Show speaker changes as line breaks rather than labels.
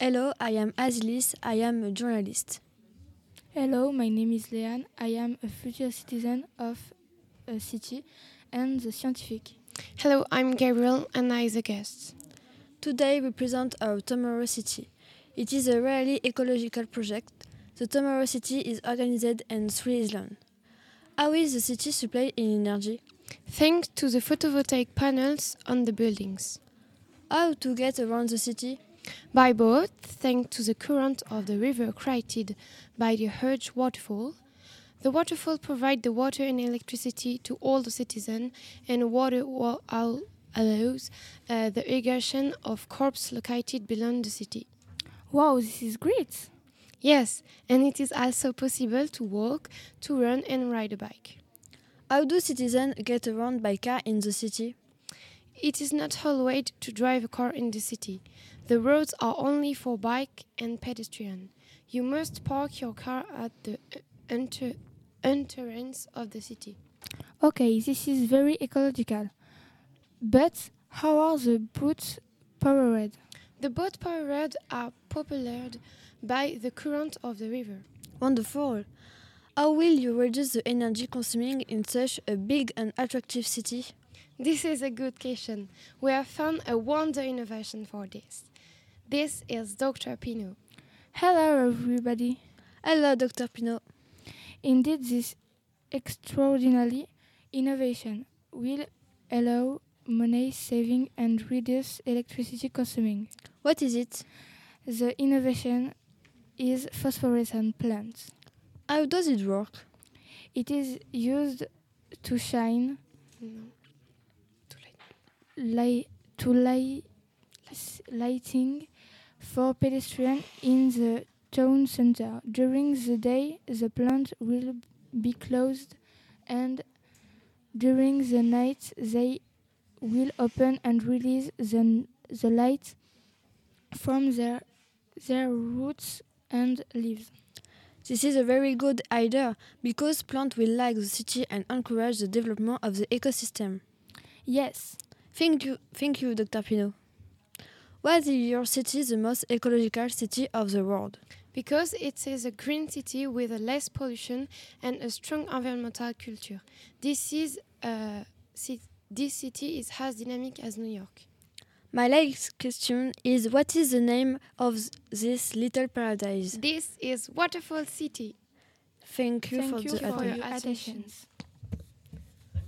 Hello, I am Azlis. I am a journalist.
Hello, my name is Leanne. I am a future citizen of a city and the scientific.
Hello, I'm Gabriel and I is a guest.
Today we present our Tomorrow City. It is a really ecological project. The Tomorrow City is organized in three islands. How is the city supplied in energy?
Thanks to the photovoltaic panels on the buildings.
How to get around the city?
By boat, thanks to the current of the river created by the huge waterfall. The waterfall provides the water and electricity to all the citizens, and water wa- al- allows uh, the irrigation of crops located below the city.
Wow, this is great!
Yes, and it is also possible to walk, to run, and ride a bike.
How do citizens get around by car in the city?
It is not allowed to drive a car in the city. The roads are only for bike and pedestrian. You must park your car at the uh, enter- entrance of the city.
Okay, this is very ecological. But how are the boats powered?
The boat parade are propelled by the current of the river.
Wonderful! How will you reduce the energy consuming in such a big and attractive city?
This is a good question. We have found a wonder innovation for this. This is Dr. Pino.
Hello, everybody.
Hello, Dr. Pinot.
Indeed, this extraordinary innovation will allow money saving and reduce electricity consuming.
What is it?
The innovation is phosphorescent plants.
How does it work?
It is used to shine
No.
light to light lighting for pedestrians in the town center. During the day, the plant will be closed, and during the night, they will open and release the, the light from their their roots and leaves.
This is a very good idea because plants will like the city and encourage the development of the ecosystem.
Yes.
Thank you, thank you, Dr. Pino. Why is your city the most ecological city of the world?
Because it is a green city with a less pollution and a strong environmental culture. This is uh, ci- this city is as dynamic as New York.
My last question is what is the name of th- this little paradise?
This is Waterfall City.
Thank you
Thank
for
you
the
for
attention.
your attentions.